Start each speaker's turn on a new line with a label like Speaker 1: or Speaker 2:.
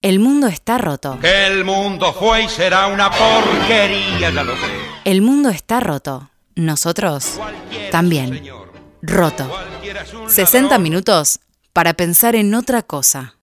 Speaker 1: El mundo está roto.
Speaker 2: Que el mundo fue y será una porquería, ya lo sé.
Speaker 1: El mundo está roto. Nosotros
Speaker 2: Cualquiera
Speaker 1: También.
Speaker 2: es un señor,
Speaker 1: roto.
Speaker 2: cualquiera es un
Speaker 1: 60
Speaker 2: ladrón.
Speaker 1: minutos para pensar en otra cosa.